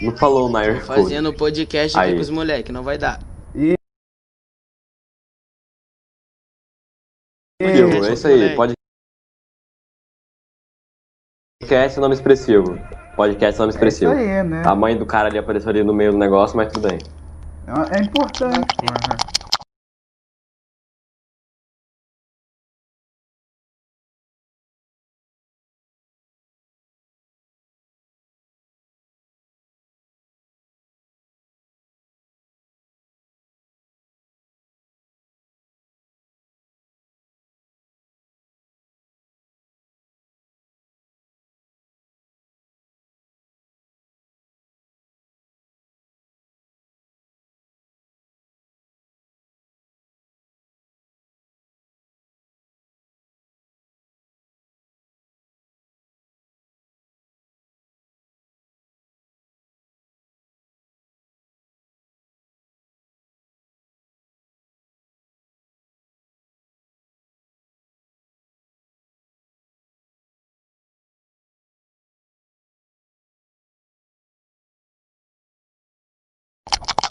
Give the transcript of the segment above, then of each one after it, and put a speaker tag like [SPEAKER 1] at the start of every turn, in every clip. [SPEAKER 1] Não falou na AirPod.
[SPEAKER 2] Fazendo podcast aqui
[SPEAKER 1] Aí.
[SPEAKER 2] com os moleques, não vai dar.
[SPEAKER 1] Expressivo, é isso aí. Pode... Podcast é nome expressivo. Podcast é nome
[SPEAKER 3] Isso
[SPEAKER 1] expressivo.
[SPEAKER 3] aí, né?
[SPEAKER 1] A mãe do cara ali apareceu ali no meio do negócio, mas tudo bem.
[SPEAKER 3] É importante.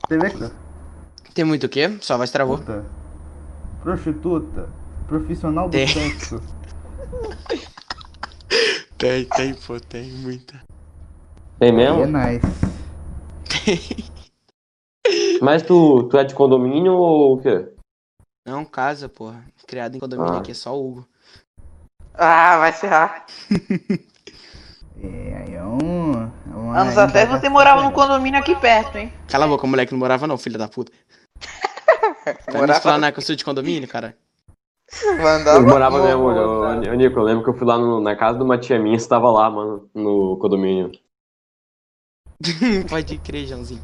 [SPEAKER 3] Teve que- é
[SPEAKER 2] Tem muito o quê? Sua voz travou.
[SPEAKER 3] Puta. Prostituta. Profissional do
[SPEAKER 2] Tem.
[SPEAKER 3] sexo.
[SPEAKER 2] Tem, tem, pô, tem muita.
[SPEAKER 1] Tem
[SPEAKER 3] É
[SPEAKER 2] um-
[SPEAKER 1] mesmo?
[SPEAKER 3] nice.
[SPEAKER 1] Mas tu, tu é de condomínio ou o quê?
[SPEAKER 2] Não, casa, porra. Criado em condomínio
[SPEAKER 1] Ah.
[SPEAKER 2] aqui, é só o Hugo.
[SPEAKER 4] Ah, vai serrar.
[SPEAKER 3] É, aí é um. é uma
[SPEAKER 4] Anos atrás você
[SPEAKER 3] indagação.
[SPEAKER 4] morava num condomínio aqui perto, hein?
[SPEAKER 2] Cala a boca, moleque, não morava não, filha da puta. Vai me
[SPEAKER 4] Morava-
[SPEAKER 2] explanar que eu sou de condomínio, cara?
[SPEAKER 4] Mandava
[SPEAKER 1] Eu morava
[SPEAKER 4] uma
[SPEAKER 1] mesmo,
[SPEAKER 4] outra.
[SPEAKER 1] ô, ô, Nico. Eu lembro que eu fui lá no- na casa de uma tia minha, você tava lá, mano, no condomínio.
[SPEAKER 2] Pode crer, Joãozinho.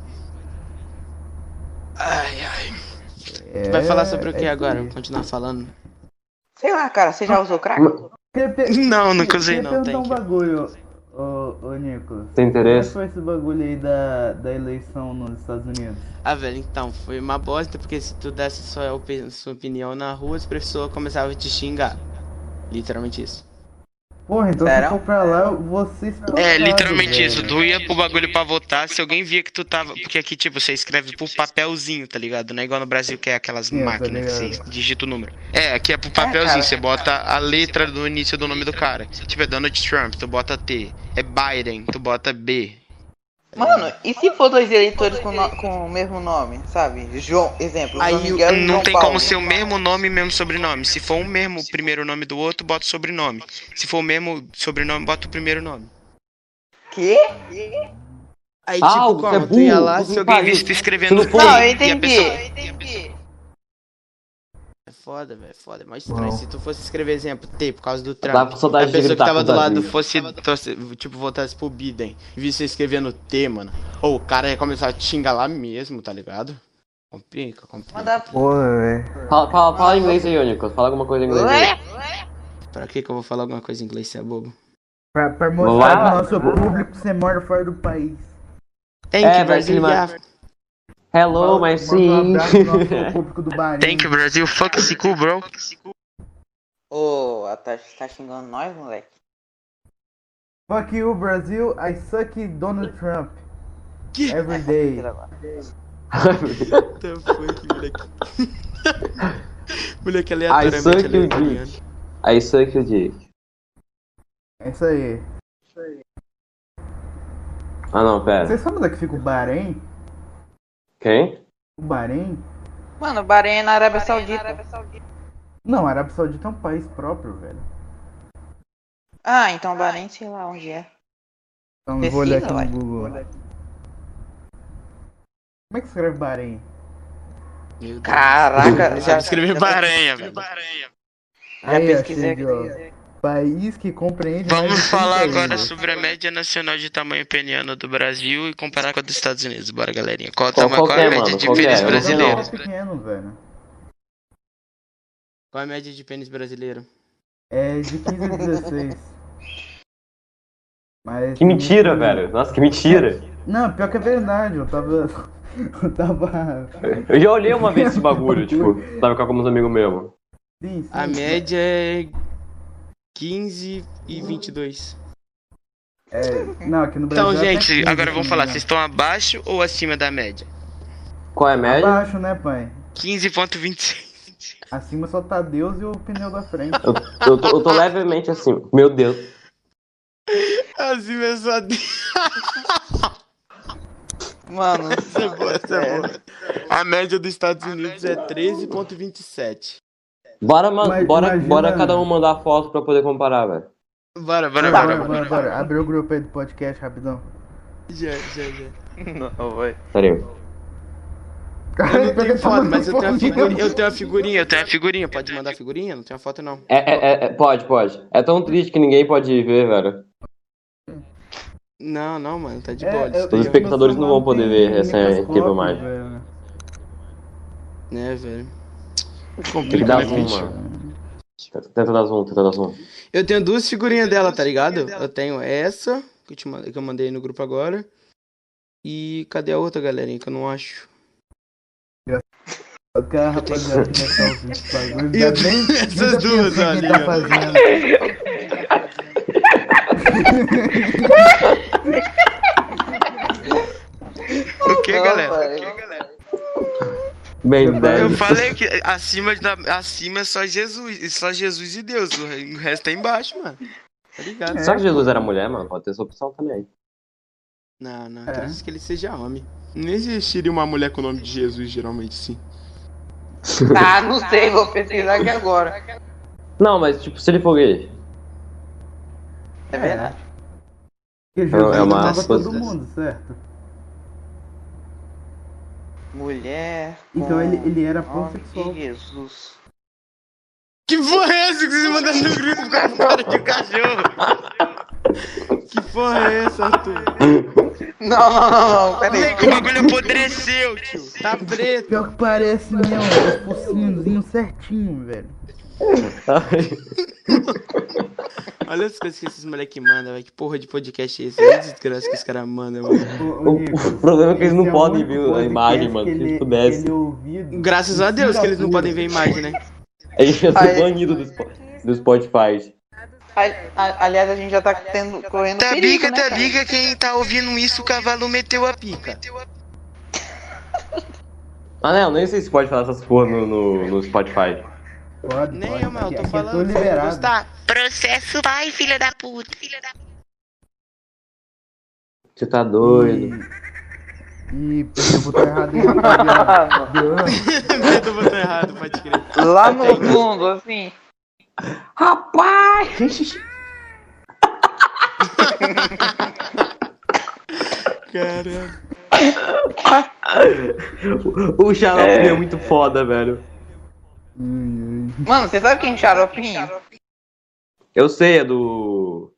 [SPEAKER 2] Ai, ai.
[SPEAKER 3] É,
[SPEAKER 2] Vai falar sobre o que
[SPEAKER 3] é
[SPEAKER 2] agora?
[SPEAKER 3] isso
[SPEAKER 2] Continuar falando?
[SPEAKER 4] Sei lá, cara, você já usou crack?
[SPEAKER 3] aí. Queria pe-
[SPEAKER 2] Não, nunca usei
[SPEAKER 3] queria
[SPEAKER 2] não, tem.
[SPEAKER 3] perguntar um bagulho, ô, ô Nicolas.
[SPEAKER 1] Tem
[SPEAKER 3] Como é que
[SPEAKER 1] interesse?
[SPEAKER 3] foi esse bagulho aí da, da eleição nos Estados Unidos?
[SPEAKER 2] Ah, velho, então, foi uma bosta, porque se tu desse sua, opi- sua opinião na rua, as pessoas começavam a te xingar. Literalmente isso.
[SPEAKER 3] Porra, então
[SPEAKER 4] Será?
[SPEAKER 3] se for pra lá, eu vou ser espancado,
[SPEAKER 2] É, literalmente
[SPEAKER 3] velho.
[SPEAKER 2] isso. Tu ia pro bagulho pra votar, se alguém via que tu tava. Porque aqui, tipo, você escreve pro papelzinho, tá ligado? Não é igual no Brasil que é aquelas
[SPEAKER 3] É, tá
[SPEAKER 2] máquinas que
[SPEAKER 3] ligado.
[SPEAKER 2] você digita o número. É, aqui é pro
[SPEAKER 4] cara.
[SPEAKER 2] papelzinho, você bota a letra do início do nome do cara. Se tiver Donald Trump, tu bota T. É Biden, tu bota B.
[SPEAKER 4] Mano, e se for dois eleitores com, no- com o mesmo nome, sabe? João, exemplo, João
[SPEAKER 2] Aí
[SPEAKER 4] Miguel e
[SPEAKER 2] não
[SPEAKER 4] João
[SPEAKER 2] tem
[SPEAKER 4] Paulo.
[SPEAKER 2] como ser um o mesmo nome e o mesmo sobrenome. Se for o mesmo primeiro nome do outro, bota o sobrenome. Se for o mesmo sobrenome, bota o primeiro nome.
[SPEAKER 4] Quê?
[SPEAKER 2] Aí,
[SPEAKER 1] Ah,
[SPEAKER 2] tipo,
[SPEAKER 1] o-
[SPEAKER 2] como?
[SPEAKER 1] é
[SPEAKER 2] tu ia
[SPEAKER 1] burro,
[SPEAKER 2] lá,
[SPEAKER 1] puta
[SPEAKER 2] se
[SPEAKER 1] que
[SPEAKER 2] alguém
[SPEAKER 1] pariu.
[SPEAKER 2] visse tu escrevendo
[SPEAKER 1] Você não
[SPEAKER 2] T,
[SPEAKER 1] foi.
[SPEAKER 4] Não, eu
[SPEAKER 2] e a
[SPEAKER 4] entendi.
[SPEAKER 2] pessoa-
[SPEAKER 4] Eu entendi.
[SPEAKER 2] É foda, velho, é foda. É mais estranho.
[SPEAKER 3] Uau.
[SPEAKER 2] Se tu fosse escrever exemplo T por causa do Trump,
[SPEAKER 1] Dá com saudade
[SPEAKER 2] a
[SPEAKER 1] de
[SPEAKER 2] pessoa
[SPEAKER 1] gritar
[SPEAKER 2] que tava
[SPEAKER 1] com
[SPEAKER 2] do
[SPEAKER 1] o
[SPEAKER 2] lado
[SPEAKER 1] Davi.
[SPEAKER 2] fosse, torce- tipo, votasse pro Biden e visse você escrevendo T, mano. Ou o cara ia começar a te xingar lá mesmo, tá ligado? Complica, complica.
[SPEAKER 4] Mandar.
[SPEAKER 3] Porra, velho.
[SPEAKER 1] Fala, fala, fala inglês aí, ô, Nicolas. Fala alguma coisa em
[SPEAKER 2] é.
[SPEAKER 1] inglês aí.
[SPEAKER 2] Pra que que eu vou falar alguma coisa em inglês, você é bobo?
[SPEAKER 3] Pra, pra
[SPEAKER 1] Vai
[SPEAKER 3] mostrar
[SPEAKER 1] lá.
[SPEAKER 3] pro nosso público que você mora fora do país.
[SPEAKER 1] É,
[SPEAKER 2] Thank you,
[SPEAKER 1] vai se
[SPEAKER 2] Brasil.
[SPEAKER 1] limar.
[SPEAKER 2] yeah.
[SPEAKER 1] Hello,
[SPEAKER 3] Manda
[SPEAKER 1] my
[SPEAKER 3] um
[SPEAKER 1] sim.
[SPEAKER 3] abraço pro nosso público do Bahrein.
[SPEAKER 2] Thank you, Brasil. Fuck Siku, bro.
[SPEAKER 4] Ô, a Tati tá xingando nós, moleque.
[SPEAKER 3] Fuck you, Brasil. I suck Donald Trump.
[SPEAKER 2] Que?
[SPEAKER 3] Every day.
[SPEAKER 2] What the fuck, moleque?
[SPEAKER 1] I suck
[SPEAKER 2] moleque aleatoriamente
[SPEAKER 1] you
[SPEAKER 2] aleatoriano.
[SPEAKER 1] dick. I suck you dick.
[SPEAKER 3] É isso aí.
[SPEAKER 1] Ah, não, pera.
[SPEAKER 3] Vocês sabem onde é que fica o Bahrein?
[SPEAKER 1] Quem?
[SPEAKER 3] O Bahrein?
[SPEAKER 4] Mano, Bahrein é na Arábia Saudita.
[SPEAKER 3] Não, a Arábia Saudita é um país próprio, velho.
[SPEAKER 4] Ah, então Bahrein sei lá onde é.
[SPEAKER 3] Então eu
[SPEAKER 4] Pesquisa,
[SPEAKER 3] vou olhar aqui
[SPEAKER 4] vai.
[SPEAKER 3] no Google. Como é que escreve Bahrein?
[SPEAKER 2] Meu Deus.
[SPEAKER 4] Caraca,
[SPEAKER 2] Sabe escrever Bahrein, velho.
[SPEAKER 4] Já
[SPEAKER 3] Aí,
[SPEAKER 4] pesquisei
[SPEAKER 3] achei, ó.
[SPEAKER 4] aqui.
[SPEAKER 3] País que compreende. mais
[SPEAKER 2] Vamos
[SPEAKER 3] de
[SPEAKER 2] falar
[SPEAKER 3] 30
[SPEAKER 2] agora
[SPEAKER 3] ilhas.
[SPEAKER 2] sobre a média nacional de tamanho peniano do Brasil e comparar com a dos Estados Unidos. Bora, galerinha. Qual,
[SPEAKER 1] Qual-
[SPEAKER 2] tamanho- qual é a
[SPEAKER 1] qualquer,
[SPEAKER 2] média
[SPEAKER 1] mano,
[SPEAKER 2] de
[SPEAKER 1] qualquer,
[SPEAKER 2] pênis
[SPEAKER 1] eu não sei
[SPEAKER 2] brasileiro?
[SPEAKER 1] brasileiros.
[SPEAKER 3] É pequeno, velho.
[SPEAKER 2] Qual é a média de pênis brasileiro?
[SPEAKER 3] É de 15 a 16. Mas.
[SPEAKER 1] Que mentira, velho. Nossa, que mentira.
[SPEAKER 3] Não, pior que é verdade. Eu tava. Eu tava.
[SPEAKER 1] Eu já olhei uma vez esse bagulho, tipo, tava com alguns amigos meus.
[SPEAKER 3] Sim, sim.
[SPEAKER 2] A média é 15 e 22.
[SPEAKER 3] É, não, aqui no
[SPEAKER 2] Então,
[SPEAKER 3] Brasil. é até
[SPEAKER 2] gente,
[SPEAKER 3] 15,
[SPEAKER 2] agora vamos
[SPEAKER 3] se não me
[SPEAKER 2] falar. Vocês estão abaixo ou acima da média?
[SPEAKER 1] Qual é a
[SPEAKER 3] engano.
[SPEAKER 1] média?
[SPEAKER 3] Abaixo, né, pai?
[SPEAKER 2] 15.26.
[SPEAKER 3] Acima só tá Deus e o pneu da frente.
[SPEAKER 1] Eu, eu tô, eu tô levemente assim. Meu Deus.
[SPEAKER 2] Acima é só Deus.
[SPEAKER 4] Mano,
[SPEAKER 2] Essa é boa, essa é boa. A média dos Estados Unidos é 13.27.
[SPEAKER 1] Bora, mano,
[SPEAKER 3] Mas
[SPEAKER 1] bora,
[SPEAKER 3] imagina-
[SPEAKER 1] bora cada um mandar foto pra poder comparar, velho.
[SPEAKER 2] Bora, bora,
[SPEAKER 3] Bora,
[SPEAKER 2] bora.
[SPEAKER 3] bora, bora. Abre o grupo aí do podcast rapidão.
[SPEAKER 2] Já, já, já.
[SPEAKER 4] não, vai.
[SPEAKER 1] Pera aí.
[SPEAKER 2] Eu não tenho
[SPEAKER 3] Pega
[SPEAKER 2] foto,
[SPEAKER 3] todo
[SPEAKER 2] mas eu tenho, a
[SPEAKER 3] mundo
[SPEAKER 2] figurinha, eu
[SPEAKER 3] falando.
[SPEAKER 2] tenho a figurinha, eu tenho a figurinha. Pode mandar a figurinha? Não tenho a foto, não.
[SPEAKER 1] É, é, é, é, pode, pode. É tão triste que ninguém pode ver, velho.
[SPEAKER 2] Não, não, mano, tá de
[SPEAKER 3] É,
[SPEAKER 2] boa.
[SPEAKER 3] eu-
[SPEAKER 1] Os
[SPEAKER 3] eu-
[SPEAKER 1] espectadores não
[SPEAKER 3] meu
[SPEAKER 1] vão poder ver
[SPEAKER 3] celular
[SPEAKER 1] essa
[SPEAKER 3] tem muitas
[SPEAKER 1] incrível
[SPEAKER 3] cópias,
[SPEAKER 1] imagem.
[SPEAKER 3] velho.
[SPEAKER 2] Né, velho.
[SPEAKER 1] Tem que dar
[SPEAKER 2] né,
[SPEAKER 1] zoom,
[SPEAKER 2] bicho?
[SPEAKER 1] mano. Tenta dar zoom, tenta dar zoom.
[SPEAKER 2] Eu tenho duas figurinhas dela, tá ligado? Eu tenho essa, que eu, te mandei, que eu mandei no grupo agora. E cadê a outra, galerinha, que eu não acho?
[SPEAKER 3] Eu quero a rapaziada que vai estar ouvindo esse bagulho.
[SPEAKER 2] E eu
[SPEAKER 3] Ainda bem-
[SPEAKER 2] tenho
[SPEAKER 3] ainda
[SPEAKER 2] essas
[SPEAKER 3] bem
[SPEAKER 2] duas,
[SPEAKER 3] que
[SPEAKER 2] ó,
[SPEAKER 3] ele tá
[SPEAKER 2] liga.
[SPEAKER 3] fazendo.
[SPEAKER 2] O que,
[SPEAKER 4] Não,
[SPEAKER 2] galera? O
[SPEAKER 4] pai.
[SPEAKER 2] que, galera?
[SPEAKER 1] Bem,
[SPEAKER 3] Eu
[SPEAKER 1] velho.
[SPEAKER 2] Eu falei que acima, da, acima é só Jesus, e só Jesus e Deus, o re- o resto é embaixo, mano. Tá ligado?
[SPEAKER 1] Será que Jesus era mulher, mano? Pode ter essa opção também.
[SPEAKER 2] Não, não,
[SPEAKER 3] É.
[SPEAKER 2] acredito que ele seja homem. Não existiria uma mulher com o nome de Jesus, geralmente, sim.
[SPEAKER 4] Ah, não sei, vou pesquisar aqui agora.
[SPEAKER 1] Não, mas tipo, se ele for gay.
[SPEAKER 4] É verdade.
[SPEAKER 3] Porque Jesus
[SPEAKER 1] É uma
[SPEAKER 3] amava todo
[SPEAKER 1] aspas-
[SPEAKER 3] mundo, certo?
[SPEAKER 4] Mulher.
[SPEAKER 3] Então
[SPEAKER 4] com
[SPEAKER 3] ele, ele era
[SPEAKER 4] nome
[SPEAKER 3] homossexual.
[SPEAKER 4] de Jesus.
[SPEAKER 2] Que porra é essa que vocês mandaram no grupo com a cara de cachorro? Que porra é essa, Arthur?
[SPEAKER 4] Não, não, não, não, peraí.
[SPEAKER 2] O bagulho apodreceu, tio. Tá preto.
[SPEAKER 3] Pior que parece mesmo, os focinhozinhos certinho, velho.
[SPEAKER 2] Olha as coisas que esses moleque mandam, velho. Que porra de podcast é esse? Olha as desgraças que os caras mandam, mano.
[SPEAKER 3] Ô, ô,
[SPEAKER 1] O-
[SPEAKER 3] Nico,
[SPEAKER 1] o problema é que eles não
[SPEAKER 3] esse
[SPEAKER 1] podem
[SPEAKER 3] o único
[SPEAKER 1] ver a
[SPEAKER 3] podcast
[SPEAKER 1] imagem, mano,
[SPEAKER 3] que
[SPEAKER 1] se eles
[SPEAKER 3] ele-
[SPEAKER 1] pudessem.
[SPEAKER 3] ele é ouvido
[SPEAKER 2] Graças a
[SPEAKER 3] em
[SPEAKER 2] Deus que eles não podem
[SPEAKER 3] Singapura.
[SPEAKER 2] ver a imagem, né?
[SPEAKER 1] Ele ia
[SPEAKER 4] Ah, é.
[SPEAKER 1] ser banido do, Spo- do Spotify.
[SPEAKER 4] A- a- aliás, a gente já tá tendo, correndo perigo, né, cara?
[SPEAKER 2] quem tá ouvindo isso, o cavalo meteu a pica.
[SPEAKER 1] Ah, não, nem sei se pode falar essas porra no, no, no Spotify.
[SPEAKER 3] Pode,
[SPEAKER 2] Nem
[SPEAKER 3] pode.
[SPEAKER 2] eu, mano,
[SPEAKER 3] Aqui-
[SPEAKER 2] eu
[SPEAKER 3] aqui
[SPEAKER 2] tô falando.
[SPEAKER 3] Eu tô
[SPEAKER 2] se você
[SPEAKER 3] liberado.
[SPEAKER 2] gostar.
[SPEAKER 5] Processo vai, filha da puta. Filha da
[SPEAKER 1] Você tá doido.
[SPEAKER 3] Ih, eu botou errado isso aqui, ó. Deu-
[SPEAKER 2] Eu botou errado, pode crer.
[SPEAKER 4] Lá no fundo, assim.
[SPEAKER 1] Rapaz!
[SPEAKER 2] Caramba.
[SPEAKER 1] O xarope Hum. é. muito foda, velho.
[SPEAKER 3] Ui, ui.
[SPEAKER 4] Mano, você sabe quem é xaropinho?
[SPEAKER 1] Eu sei, é do.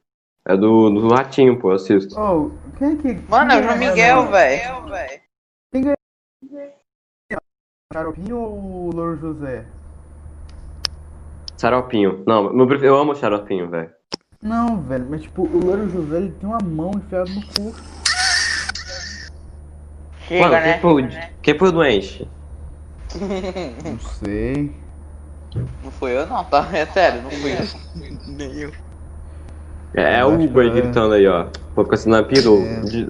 [SPEAKER 1] É do, do Ratinho, pô, eu assisto.
[SPEAKER 3] Ô, quem é que.
[SPEAKER 4] Mano, é o João
[SPEAKER 3] quem
[SPEAKER 4] Miguel,
[SPEAKER 3] mano?
[SPEAKER 4] velho.
[SPEAKER 3] Xaropinho ou o Louro José?
[SPEAKER 1] Xaropinho. Não, meu pref- eu amo o xaropinho, velho.
[SPEAKER 3] Não, velho, mas tipo, o Louro José ele tem uma mão enfiada no cu.
[SPEAKER 4] Chega,
[SPEAKER 1] Mano,
[SPEAKER 4] né?
[SPEAKER 1] quem foi, o- quem foi o doente?
[SPEAKER 3] Não sei.
[SPEAKER 4] Não fui eu, não, tá? É sério, não fui eu.
[SPEAKER 2] Nem eu.
[SPEAKER 1] É, é o
[SPEAKER 3] Acho
[SPEAKER 1] Uber
[SPEAKER 3] que é.
[SPEAKER 1] gritando aí, ó. Vou ficar sendo na piro,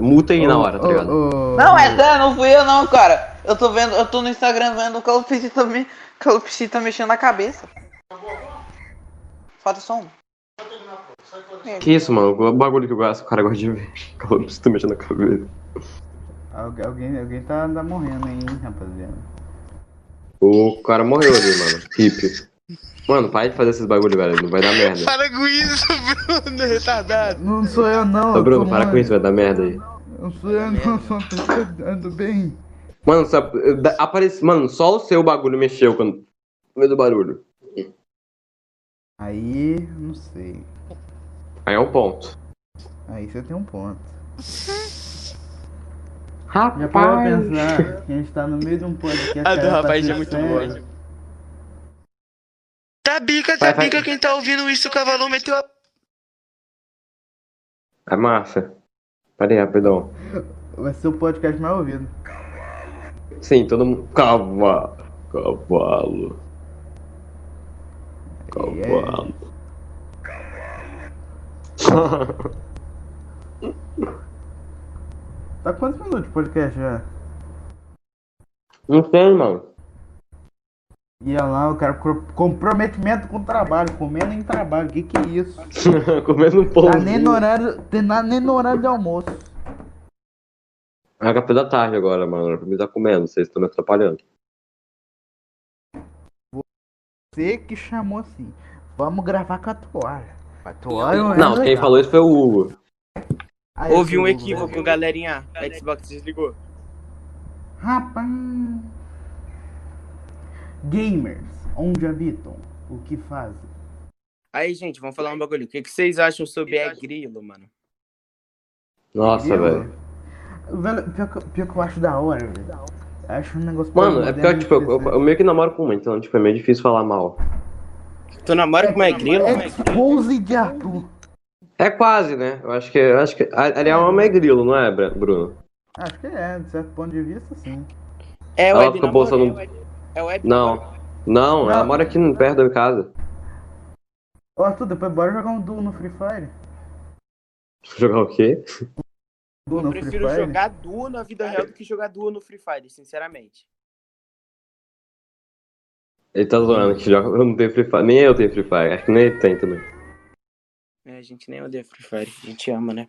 [SPEAKER 1] multa aí na hora, tá ligado?
[SPEAKER 4] Não, é sério, não fui eu, não, cara. Eu tô vendo, eu tô no Instagram vendo o calopsita, tá me... calopsita tá mexendo na cabeça. Falta só um.
[SPEAKER 1] Que isso, mano? O bagulho que eu gosto, o cara gosta de ver. Calma, preciso mexer na cabeça.
[SPEAKER 3] Algu- alguém, alguém tá, tá morrendo aí, hein, rapaziada.
[SPEAKER 1] O cara morreu ali, mano. Hip. Mano, para de fazer esses bagulho, velho. Não vai dar merda.
[SPEAKER 2] Para com isso, Bruno, retardado.
[SPEAKER 3] Não sou eu, não.
[SPEAKER 1] Ô,
[SPEAKER 3] eu
[SPEAKER 1] Bruno,
[SPEAKER 3] sou
[SPEAKER 1] para
[SPEAKER 3] mãe.
[SPEAKER 1] com isso, vai dar merda aí.
[SPEAKER 3] Não sou eu, não. Sou uma pessoa que ando bem.
[SPEAKER 1] Mano, só, da- aparece, mano, só o seu bagulho mexeu quando. No meio do barulho.
[SPEAKER 3] Aí, não sei.
[SPEAKER 1] Aí é um ponto.
[SPEAKER 3] Aí você tem um ponto. Já parou pra
[SPEAKER 1] Rapaz!
[SPEAKER 3] pensar que a gente tá no meio de um podcast.
[SPEAKER 2] A do
[SPEAKER 3] cara, tá
[SPEAKER 2] rapaz é
[SPEAKER 3] sendo
[SPEAKER 2] muito
[SPEAKER 3] sério.
[SPEAKER 2] boa. Tabica,
[SPEAKER 1] Vai, vai.
[SPEAKER 2] tabica, quem tá ouvindo isso, o cavalo meteu a.
[SPEAKER 1] É massa. Pera aí, rapidão.
[SPEAKER 3] Vai ser o podcast mais ouvido.
[SPEAKER 1] Sim, todo mundo. Cavalo. Cavalo. Cavalo.
[SPEAKER 3] Tá quantos minutos de podcast já?
[SPEAKER 1] Não tem, mano.
[SPEAKER 3] Ia lá, o cara com comprometimento com o trabalho, comendo em trabalho, que que é isso?
[SPEAKER 1] Comendo um pão.
[SPEAKER 3] Tá nem no horário, tem nada nem no horário de almoço.
[SPEAKER 1] É café da tarde agora, mano. Era pra mim estar comendo, vocês estão me atrapalhando.
[SPEAKER 3] Você que chamou assim, vamos gravar com a toalha. A toalha é
[SPEAKER 1] não, quem
[SPEAKER 3] legal.
[SPEAKER 1] falou isso foi o Hugo.
[SPEAKER 3] Aí
[SPEAKER 6] Houve um
[SPEAKER 3] eu digo,
[SPEAKER 6] equívoco, galerinha. A Xbox desligou.
[SPEAKER 3] Rapaz! Gamers, onde habitam? O que fazem?
[SPEAKER 6] Aí, gente, vamos falar um bagulho. O que, que vocês acham sobre é grilo, mano?
[SPEAKER 1] Nossa,
[SPEAKER 3] Eu-
[SPEAKER 1] velho.
[SPEAKER 3] Velho, pior que, pior que eu acho da hora, velho. Eu Acho um negócio
[SPEAKER 1] Mano, é
[SPEAKER 3] moderno,
[SPEAKER 1] pior, tipo, eu,
[SPEAKER 3] interessante.
[SPEAKER 1] eu meio que namoro com uma, então, tipo, é meio difícil falar mal.
[SPEAKER 6] Tu namora com uma grilo?
[SPEAKER 1] né?
[SPEAKER 6] mano?
[SPEAKER 3] É, Expose de Arthur.
[SPEAKER 1] É quase, né? Eu acho que. Eu acho que a- ali é uma é grilo, não é, Bra- Bruno?
[SPEAKER 3] Acho que é, de certo ponto de vista, sim.
[SPEAKER 6] É
[SPEAKER 1] Ela
[SPEAKER 6] web
[SPEAKER 1] fica
[SPEAKER 6] namoro,
[SPEAKER 1] postando-
[SPEAKER 6] é web- É web namoro.
[SPEAKER 1] Não. Não, ela
[SPEAKER 3] Não.
[SPEAKER 1] mora aqui perto da minha casa.
[SPEAKER 3] Ô Arthur, depois bora jogar um duo no Free Fire.
[SPEAKER 1] Jogar o quê?
[SPEAKER 3] Duo
[SPEAKER 6] Eu
[SPEAKER 3] no Free
[SPEAKER 6] prefiro
[SPEAKER 3] Fire.
[SPEAKER 6] jogar duo na vida real do que jogar duo no Free Fire, sinceramente.
[SPEAKER 1] Ele tá zoando que joga. Eu não tenho Free Fire. Nem eu tenho Free Fire. Acho que nem ele tem também.
[SPEAKER 6] É, a gente nem odeia Free Fire, a gente ama, né?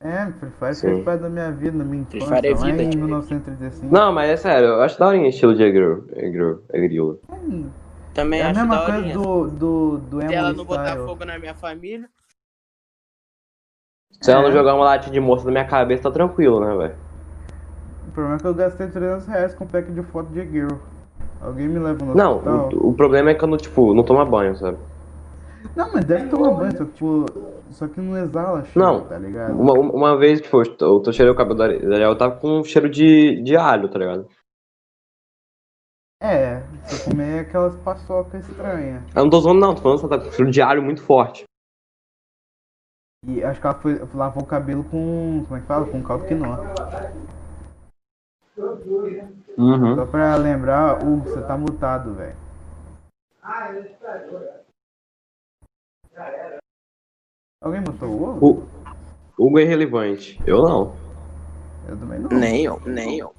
[SPEAKER 3] É, Free Fire
[SPEAKER 1] Sim.
[SPEAKER 3] fez parte da minha vida, da minha
[SPEAKER 6] Free
[SPEAKER 3] infância,
[SPEAKER 6] Fire é
[SPEAKER 3] lá
[SPEAKER 6] vida,
[SPEAKER 3] em
[SPEAKER 6] tipo.
[SPEAKER 3] 1935.
[SPEAKER 1] Não, mas é sério, eu acho da hora em estilo de grilo. É grilo. É grilo.
[SPEAKER 6] Também
[SPEAKER 3] É a
[SPEAKER 6] acho
[SPEAKER 3] mesma
[SPEAKER 6] da
[SPEAKER 3] coisa
[SPEAKER 6] horinha.
[SPEAKER 3] do, do, do
[SPEAKER 6] Se
[SPEAKER 3] Emo
[SPEAKER 6] ela não botar
[SPEAKER 3] Style.
[SPEAKER 6] fogo na minha família,
[SPEAKER 1] Se ela
[SPEAKER 3] É.
[SPEAKER 1] não jogar uma latinha de moça na minha cabeça, tá tranquilo, né, velho?
[SPEAKER 3] O problema é que eu gastei 300 reais com um pack de foto de girl. Alguém me leva no
[SPEAKER 1] Não,
[SPEAKER 3] hospital?
[SPEAKER 1] o, o problema é que eu não, tipo, não tomo banho, sabe?
[SPEAKER 3] Não, mas deve tomar banho, só que, tipo, só que não exala cheiro,
[SPEAKER 1] Não.
[SPEAKER 3] tá ligado?
[SPEAKER 1] Uma, uma vez, tipo, eu, tô- eu tô cheirei o cabelo da Ariel, eu tava com um cheiro de, de alho, tá ligado?
[SPEAKER 3] É, você comer aquelas paçoca estranhas.
[SPEAKER 1] Eu não tô zoando, não, tô falando que ela tá com um cheiro de alho muito forte.
[SPEAKER 3] E acho que ela foi, lavou o cabelo com, como é que fala? Com caldo quinoa.
[SPEAKER 1] Uhum.
[SPEAKER 3] Só pra lembrar, Hugo, você tá mutado, velho. Alguém mutou o Hugo?
[SPEAKER 1] O Hugo é irrelevante. Eu não.
[SPEAKER 3] Eu também não.
[SPEAKER 6] nem eu, nem eu.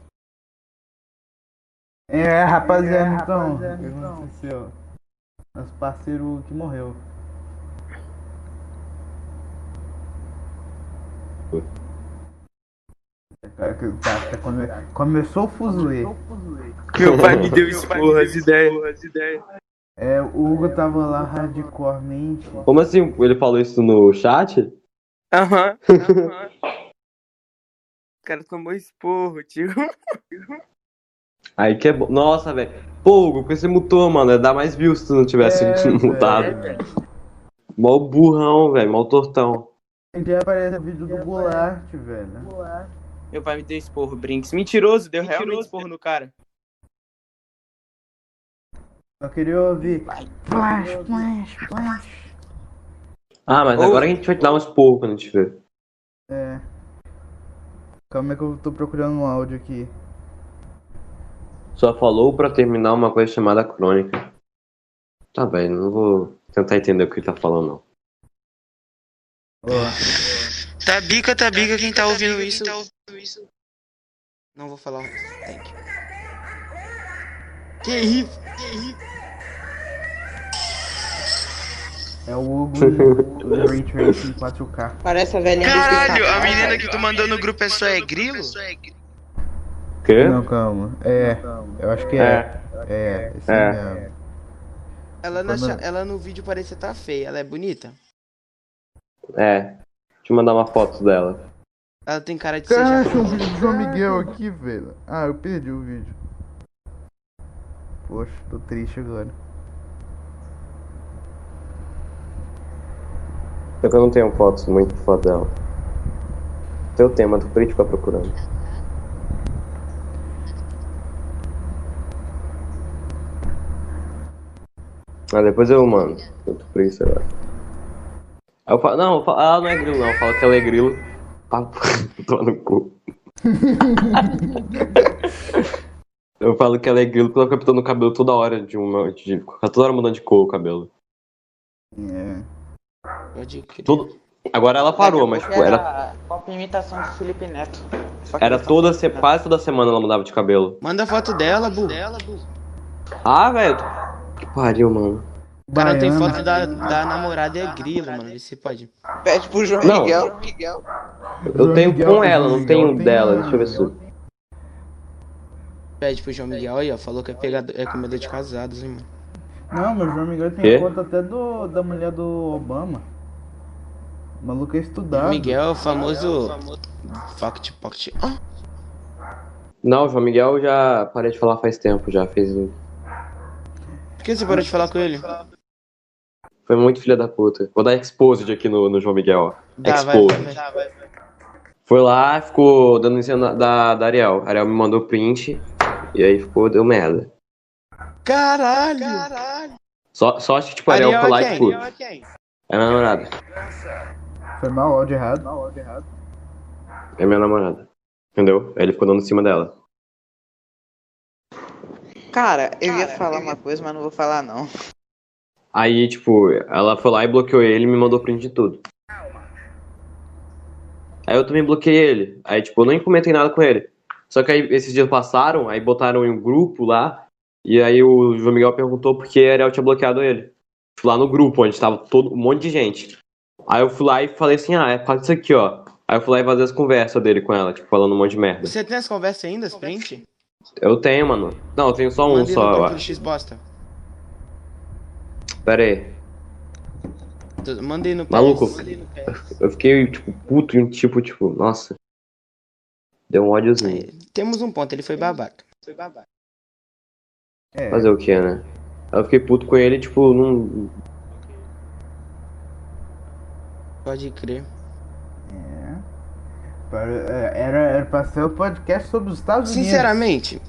[SPEAKER 3] É, rapaziada, então, o que aconteceu? Nosso parceiro Hugo que morreu. Cara, que- tá, tá, come- Começou o fuzuê.
[SPEAKER 6] Meu pai me deu esporra de ideia.
[SPEAKER 3] É, o Hugo tava lá hardcoremente.
[SPEAKER 1] Como assim? Ele falou isso no chat?
[SPEAKER 6] Aham, aham. O cara tomou esporro, tio.
[SPEAKER 1] Aí que é bom. Nossa, velho. Pô, Hugo, porque você mutou, mano. Ia dar mais views se tu não tivesse
[SPEAKER 3] É, velho.
[SPEAKER 1] mutado. Mó burrão, velho. Mó tortão.
[SPEAKER 3] Ele aparece vídeo do Goulart, velho.
[SPEAKER 6] Meu pai me deu esporro, Brinks. Mentiroso, deu realmente esporro no cara.
[SPEAKER 3] Só queria ouvir. Flash, flash, flash.
[SPEAKER 1] Ah, mas
[SPEAKER 6] Ô.
[SPEAKER 1] agora a gente vai te dar uns porcos quando a gente ver.
[SPEAKER 3] É. Calma aí que eu tô procurando um áudio aqui.
[SPEAKER 1] Só falou pra terminar uma coisa chamada crônica. Tá, velho. Não vou tentar entender o que ele tá falando, não.
[SPEAKER 3] Ó,
[SPEAKER 5] Tabica, tabica quem tá ouvindo isso.
[SPEAKER 6] Não vou falar.
[SPEAKER 2] Que isso?
[SPEAKER 3] é o Hugo e o Ray Tracing 4K.
[SPEAKER 4] Parece a velhinha
[SPEAKER 5] Caralho,
[SPEAKER 2] Tá
[SPEAKER 5] a menina que tu mandou no grupo é só é grilo?
[SPEAKER 1] Quê?
[SPEAKER 3] Não, calma. É, eu acho que é. É, esse
[SPEAKER 1] É.
[SPEAKER 3] mesmo.
[SPEAKER 2] Ela, na
[SPEAKER 3] Mano.
[SPEAKER 2] cha- ela no vídeo parece estar feia, ela é bonita.
[SPEAKER 1] É. Deixa eu mandar uma foto dela.
[SPEAKER 2] Ela tem cara de ser
[SPEAKER 3] Caraca, o
[SPEAKER 2] japonesa.
[SPEAKER 3] vídeo do João Miguel aqui, velho. Ah, eu perdi o vídeo. Poxa, tô triste agora.
[SPEAKER 1] Só É que eu não tenho fotos, muito foto dela. Teu tema, tu por aí ficar procurando. Ah, depois eu mando. Eu tô por isso agora. Aí eu falo, não, eu falo, ela não é grilo, não. Eu falo que ela é grilo. Papo, tô no cu. eu falo que ela é grilo porque ela fica pintando o cabelo toda hora de uma. De, toda hora mudando de cor o cabelo.
[SPEAKER 3] É.
[SPEAKER 2] Pode crer.
[SPEAKER 1] Todo, Agora ela parou, mas
[SPEAKER 4] Daqui a
[SPEAKER 1] tipo,
[SPEAKER 4] pouco
[SPEAKER 1] era,
[SPEAKER 4] era Uma imitação do Felipe Neto. Só que
[SPEAKER 1] era
[SPEAKER 4] versão
[SPEAKER 1] toda,
[SPEAKER 4] Felipe
[SPEAKER 1] se-
[SPEAKER 4] Neto.
[SPEAKER 1] quase toda semana ela mudava de cabelo.
[SPEAKER 2] Manda foto dela, Bu.
[SPEAKER 1] Ah, velho. tu- Que pariu, mano.
[SPEAKER 2] O cara tem
[SPEAKER 3] Baiana.
[SPEAKER 2] foto da, da namorada e é grilo, mano. Vê se pode.
[SPEAKER 4] Pede pro É tipo João
[SPEAKER 1] Não.
[SPEAKER 4] Miguel. Miguel.
[SPEAKER 1] Eu tenho
[SPEAKER 3] Miguel,
[SPEAKER 1] com ela, não
[SPEAKER 3] Miguel,
[SPEAKER 1] tenho
[SPEAKER 3] tem
[SPEAKER 1] dela.
[SPEAKER 3] ela.
[SPEAKER 1] Deixa eu ver se.
[SPEAKER 2] Pede pro João Miguel aí, ó. Falou que é, pegado, é comedor de casados, hein, mano.
[SPEAKER 3] Não, meu João Miguel tem
[SPEAKER 1] Quê?
[SPEAKER 3] conta até do, da mulher do Obama. O maluco é estudado.
[SPEAKER 2] Miguel, famoso. Fact pocket. Ah,
[SPEAKER 1] Não, o João Miguel eu já parei de falar faz tempo, já fez. um-
[SPEAKER 2] por que você parou de falar com ele?
[SPEAKER 1] Foi muito filha da puta. Vou dar exposed aqui no, no João Miguel, ó.
[SPEAKER 2] Dá, vai,
[SPEAKER 1] Exposed.
[SPEAKER 2] vai, vai.
[SPEAKER 1] Foi lá, ficou dando em cima da, da Ariel. A Ariel me mandou print e aí ficou, deu merda.
[SPEAKER 2] Caralho!
[SPEAKER 1] Só, só acho que tipo, a Ariel,
[SPEAKER 2] Ariel
[SPEAKER 1] foi lá
[SPEAKER 2] é
[SPEAKER 1] e tipo. É minha namorada.
[SPEAKER 3] Foi mal, áudio errado. Mal, áudio errado.
[SPEAKER 1] É minha namorada. Entendeu? Aí ele ficou dando em cima dela.
[SPEAKER 4] Cara, eu ia falar uma coisa, mas não vou falar não.
[SPEAKER 1] Aí, tipo, ela foi lá e bloqueou ele e me mandou print de tudo. Aí eu também bloqueei ele. Aí, tipo, eu nem comentei nada com ele. Só que aí esses dias passaram, aí botaram em um grupo lá. E aí o João Miguel perguntou por que a Ariel tinha bloqueado ele. Fui lá no grupo, onde tava todo, um monte de gente. Aí eu fui lá e falei assim, ah, é faz isso aqui, ó. Aí eu fui lá e vazei as conversas dele com ela, tipo, falando um monte de merda.
[SPEAKER 2] Você tem as conversas ainda, as print?
[SPEAKER 1] Eu tenho, mano. Não, eu tenho só um
[SPEAKER 2] Manda aí no
[SPEAKER 1] só, eu
[SPEAKER 2] grupo do
[SPEAKER 1] acho.
[SPEAKER 2] X bosta.
[SPEAKER 1] Pera aí.
[SPEAKER 2] Tu- Manda aí no PS.
[SPEAKER 1] Maluco.
[SPEAKER 2] Manda aí no PS.
[SPEAKER 1] Eu fiquei, tipo, puto e um tipo, tipo, nossa. Deu um ódiozinho.
[SPEAKER 2] Aí, Temos um ponto, ele foi babaca. Foi babaca.
[SPEAKER 3] É.
[SPEAKER 1] Fazer o que, né? Aí Eu fiquei puto com ele, tipo, não.
[SPEAKER 2] Pode crer.
[SPEAKER 3] Para- é, Era, era pra ser o podcast sobre os Estados Unidos.
[SPEAKER 2] Sinceramente,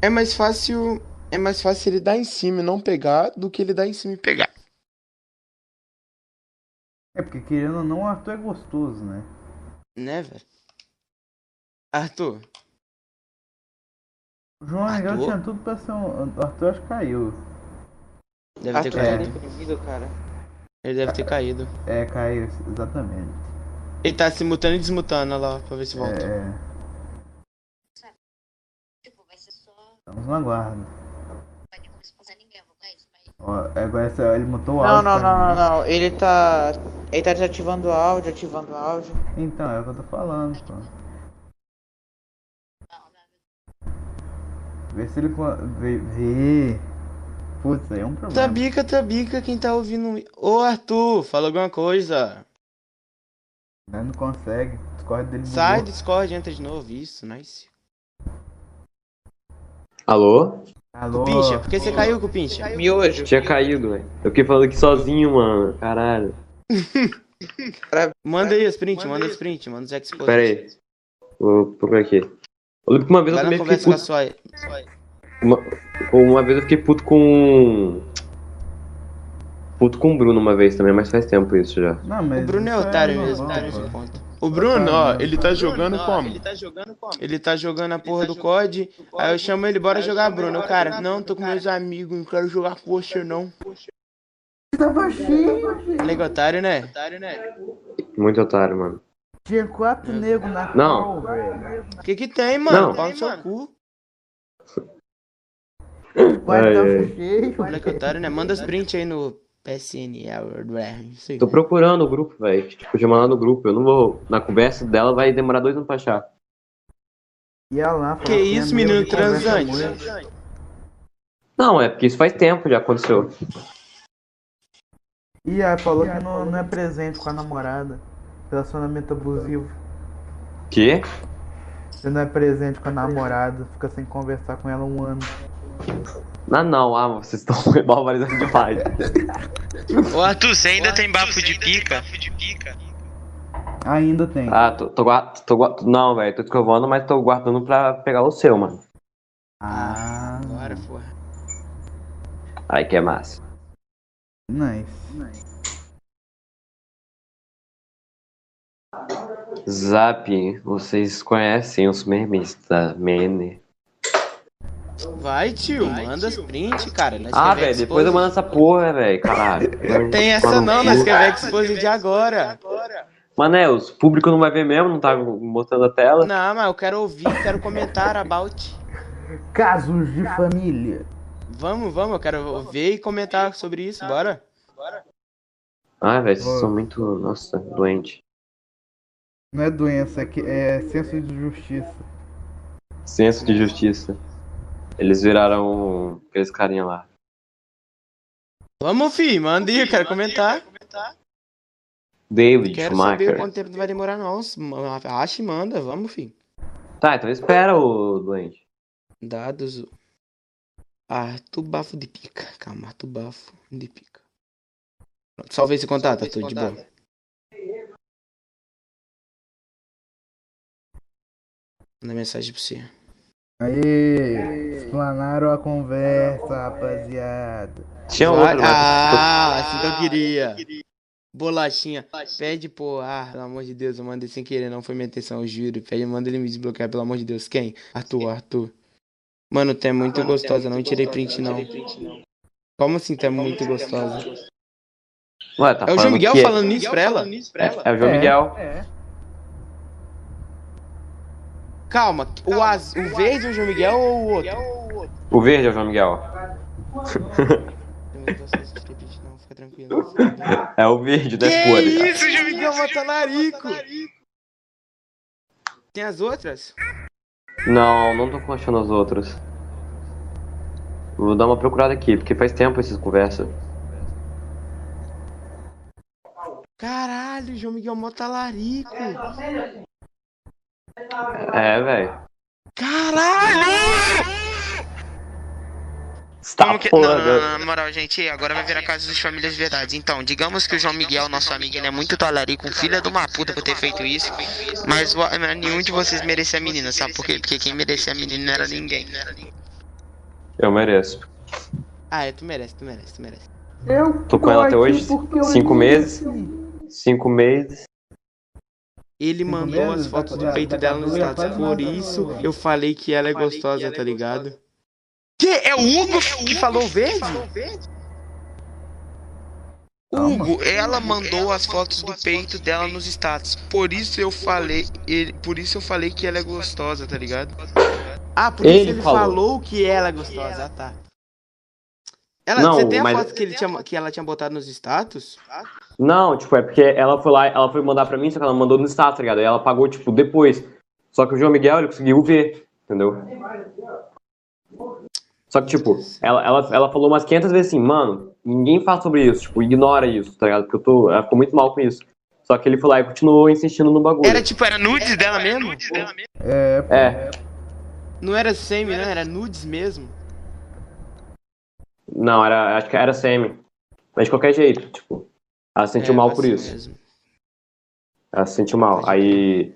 [SPEAKER 2] é mais fácil. É mais fácil ele dar em cima e não pegar do que ele dar em cima e pegar.
[SPEAKER 3] É porque querendo ou não, o Arthur é gostoso, né?
[SPEAKER 2] Né, velho? Arthur,
[SPEAKER 3] O João Miguel
[SPEAKER 2] Arthur?
[SPEAKER 3] tinha tudo pra ser um. O Arthur acho que caiu.
[SPEAKER 2] deve ter
[SPEAKER 4] Acho que
[SPEAKER 2] caído.
[SPEAKER 4] ele é deprimido, cara.
[SPEAKER 2] Ele deve ter caído.
[SPEAKER 3] É, caiu, exatamente.
[SPEAKER 2] Ele tá se mutando e desmutando, olha lá, pra ver se volta.
[SPEAKER 3] É. Estamos no aguardo. Ó, agora esse- ele mutou o
[SPEAKER 4] Não,
[SPEAKER 3] áudio.
[SPEAKER 4] não,
[SPEAKER 3] pra
[SPEAKER 4] não, não,
[SPEAKER 3] mim.
[SPEAKER 4] não. Ele tá. Ele tá desativando o áudio, ativando o áudio.
[SPEAKER 3] Então, é o que eu tô falando, pô. Vê se ele. con- Vê. vê. Putz, aí é um problema.
[SPEAKER 2] Tabica, tabica, quem tá ouvindo. Ô, Arthur, fala alguma coisa.
[SPEAKER 3] né? Não consegue. O Discord dele mudou.
[SPEAKER 2] Sai do Discord, entra de novo. Isso, nice.
[SPEAKER 1] Alô?
[SPEAKER 3] Alô?
[SPEAKER 2] Cupincha, por que você caiu, Cupincha?
[SPEAKER 4] Miojo.
[SPEAKER 1] Tinha caído, velho. Eu fiquei falando aqui sozinho, mano. Caralho.
[SPEAKER 2] Manda aí as print, manda as print, manda os expos.
[SPEAKER 1] Pera aí. Vou procurar aqui. Eu lembro que uma vez eu
[SPEAKER 2] Vai
[SPEAKER 1] também
[SPEAKER 2] na
[SPEAKER 1] fiquei
[SPEAKER 2] conversa com a
[SPEAKER 1] puto.
[SPEAKER 2] sua.
[SPEAKER 1] Uma vez eu fiquei puto com. Puto com o Bruno uma vez também, mas faz tempo isso já.
[SPEAKER 3] Não, mas
[SPEAKER 2] O Bruno é
[SPEAKER 3] isso
[SPEAKER 2] otário
[SPEAKER 3] normal,
[SPEAKER 2] mesmo,
[SPEAKER 3] pô.
[SPEAKER 2] não conta. O Bruno, ó, ele tá jogando como?
[SPEAKER 5] tá jogando como?
[SPEAKER 2] Ele tá jogando a porra do COD, aí eu chamo ele, bora jogar, Bruno. O Cara, não, tô com meus amigos, não quero jogar com você, não.
[SPEAKER 3] Tava cheio.
[SPEAKER 2] Legal, otário, né?
[SPEAKER 1] Muito otário, mano.
[SPEAKER 3] Tinha quatro negros na
[SPEAKER 1] Não.
[SPEAKER 3] call, velho.
[SPEAKER 2] O que que tem, mano?
[SPEAKER 1] Não.
[SPEAKER 2] Pau no seu cu.
[SPEAKER 3] Quase
[SPEAKER 1] Ai,
[SPEAKER 3] tava
[SPEAKER 1] ai.
[SPEAKER 3] cheio.
[SPEAKER 2] Moleque otário, né? Manda as print aí no PSN, não sei.
[SPEAKER 1] Tô procurando o grupo, velho. Tipo, já mandar no grupo. Eu não vou. Na conversa dela vai demorar dois anos pra achar.
[SPEAKER 3] Ia lá,
[SPEAKER 2] Que isso, menino transante?
[SPEAKER 1] Não, é porque isso faz tempo já aconteceu.
[SPEAKER 3] E aí, falou que não, não é presente com a namorada. Relacionamento abusivo.
[SPEAKER 1] Que?
[SPEAKER 3] Você não é presente com a namorada, fica sem conversar com ela um ano.
[SPEAKER 1] Ah, não, ah, vocês estão barbarizando demais.
[SPEAKER 2] Ô, Arthur,
[SPEAKER 5] Tu, você ainda tem bafo de pica?
[SPEAKER 3] Ainda tem.
[SPEAKER 1] Ah, tô, tô, gua- tô, gua- Não, velho, tô escovando, mas tô guardando pra pegar o seu, mano.
[SPEAKER 3] Ah,
[SPEAKER 2] Bora, porra.
[SPEAKER 1] Ai, que é massa.
[SPEAKER 3] nice.
[SPEAKER 1] Zap, vocês conhecem os memes da Mene?
[SPEAKER 2] Vai, tio, manda as print, cara. Nós
[SPEAKER 1] Ah,
[SPEAKER 2] quer ver
[SPEAKER 1] velho,
[SPEAKER 2] Exposed.
[SPEAKER 1] depois eu mando essa porra, velho. Caralho.
[SPEAKER 2] Tem essa não, nós quer ver Exposed de agora.
[SPEAKER 1] Manel, o é, público não vai ver mesmo, não tá mostrando a tela.
[SPEAKER 2] Não, mas eu quero ouvir, quero comentar about.
[SPEAKER 3] Casos de família.
[SPEAKER 2] Vamos, vamos, eu quero ouvir e comentar sobre isso, bora.
[SPEAKER 1] Ah, velho, vocês são muito. Nossa, doente.
[SPEAKER 3] Não é doença, é, que- é senso de justiça.
[SPEAKER 1] Senso de justiça. Eles viraram aqueles carinha lá.
[SPEAKER 2] Vamos, fi, manda aí, eu quero comentar.
[SPEAKER 1] David
[SPEAKER 2] Quero saber
[SPEAKER 1] Schumacher.
[SPEAKER 2] quanto tempo vai demorar, não. Acha e manda, vamos, fi.
[SPEAKER 1] Tá, então espera, o doente.
[SPEAKER 2] Dados. Arthur Bafo de Pica. Calma, Arthur Bafo de Pica. Pronto, Salve esse contato, Arthur, de boa. Manda mensagem pra você.
[SPEAKER 3] Aê, explanaram a conversa, rapaziada.
[SPEAKER 1] Tinha
[SPEAKER 2] Vai-
[SPEAKER 1] outro, mas.
[SPEAKER 2] Ah, assim que eu queria. Bolachinha, pede pô, ah, pelo amor de Deus, eu mandei sem querer, não foi minha intenção, eu juro. Pede, manda ele me desbloquear, pelo amor de Deus. Quem? Arthur, Arthur. Mano, tu é muito gostosa, não tirei print não. Como assim tu é muito gostosa?
[SPEAKER 1] Ué, tá
[SPEAKER 2] é o João
[SPEAKER 1] falando
[SPEAKER 2] Miguel
[SPEAKER 1] que-
[SPEAKER 2] falando nisso pra ela?
[SPEAKER 1] É, é o João Miguel.
[SPEAKER 3] É.
[SPEAKER 2] Calma, o, az... o verde é o João Miguel ou o outro?
[SPEAKER 1] O verde é o João Miguel.
[SPEAKER 2] Eu não tô sem tirei print, não, fica tranquilo.
[SPEAKER 1] É o verde das
[SPEAKER 2] Que
[SPEAKER 1] cores.
[SPEAKER 2] isso, João Miguel Matalarico? Tem as outras?
[SPEAKER 1] Não, não tô achando as outras. Vou dar uma procurada aqui, porque faz tempo essas conversas.
[SPEAKER 2] Caralho, João Miguel Matalarico.
[SPEAKER 1] É, velho.
[SPEAKER 2] Caralho!
[SPEAKER 1] Você
[SPEAKER 5] Como
[SPEAKER 1] tá
[SPEAKER 5] que... não,
[SPEAKER 1] foda.
[SPEAKER 5] não, não, não, na moral, gente, agora vai virar caso dos famílias de verdade. Então, digamos que o João Miguel, nosso amigo, ele é muito talarico, um filho de uma puta por ter feito isso. Mas o- mas nenhum de vocês merecia a menina, sabe por quê? Porque quem merecia a menina não era ninguém.
[SPEAKER 1] Eu mereço.
[SPEAKER 2] Ah, é, tu merece, tu merece, tu merece.
[SPEAKER 3] Eu
[SPEAKER 1] Tô com ela até
[SPEAKER 3] aqui
[SPEAKER 1] hoje,
[SPEAKER 3] porque eu
[SPEAKER 1] cinco
[SPEAKER 3] me
[SPEAKER 1] meses.
[SPEAKER 3] mereci.
[SPEAKER 1] é Cinco meses.
[SPEAKER 2] Ele
[SPEAKER 3] Cinco
[SPEAKER 2] mandou
[SPEAKER 3] meses,
[SPEAKER 2] as fotos
[SPEAKER 3] tá
[SPEAKER 2] do peito
[SPEAKER 3] tá
[SPEAKER 2] dela nos
[SPEAKER 3] doendo, tá
[SPEAKER 2] status. Por
[SPEAKER 3] doendo.
[SPEAKER 2] isso eu falei que ela é gostosa, tá ligado? Que? É o Hugo que falou verde? Hugo, ela mandou as fotos do peito dela nos status. Por isso eu falei, ele, por isso eu falei que ela é gostosa, tá ligado? Ah, por isso
[SPEAKER 1] Ele
[SPEAKER 2] ele falou,
[SPEAKER 1] falou.
[SPEAKER 2] que ela é gostosa, ah, tá. Ela,
[SPEAKER 1] Não,
[SPEAKER 2] você tem a
[SPEAKER 1] mas-
[SPEAKER 2] foto que, ele tinha, que ela tinha botado nos status?
[SPEAKER 1] Não, tipo, é porque ela foi lá, ela foi mandar pra mim, só que ela mandou no status, tá ligado? Aí ela pagou, tipo, depois. Só que o João Miguel, ele conseguiu ver, entendeu? Só que, tipo, ela, ela, ela falou umas 500 vezes assim, mano, ninguém fala sobre isso, tipo, ignora isso, tá ligado? Porque eu tô, ela ficou muito mal com isso. Só que ele foi lá e continuou insistindo no bagulho.
[SPEAKER 2] Era tipo, era nudes dela mesmo?
[SPEAKER 1] É,
[SPEAKER 2] Não era semi, não, era nudes mesmo.
[SPEAKER 1] não, era, acho que era semi. Mas de qualquer jeito, tipo, ela se sentiu
[SPEAKER 2] É,
[SPEAKER 1] mal
[SPEAKER 2] assim
[SPEAKER 1] por isso.
[SPEAKER 2] mesmo.
[SPEAKER 1] Ela se sentiu mal. Aí.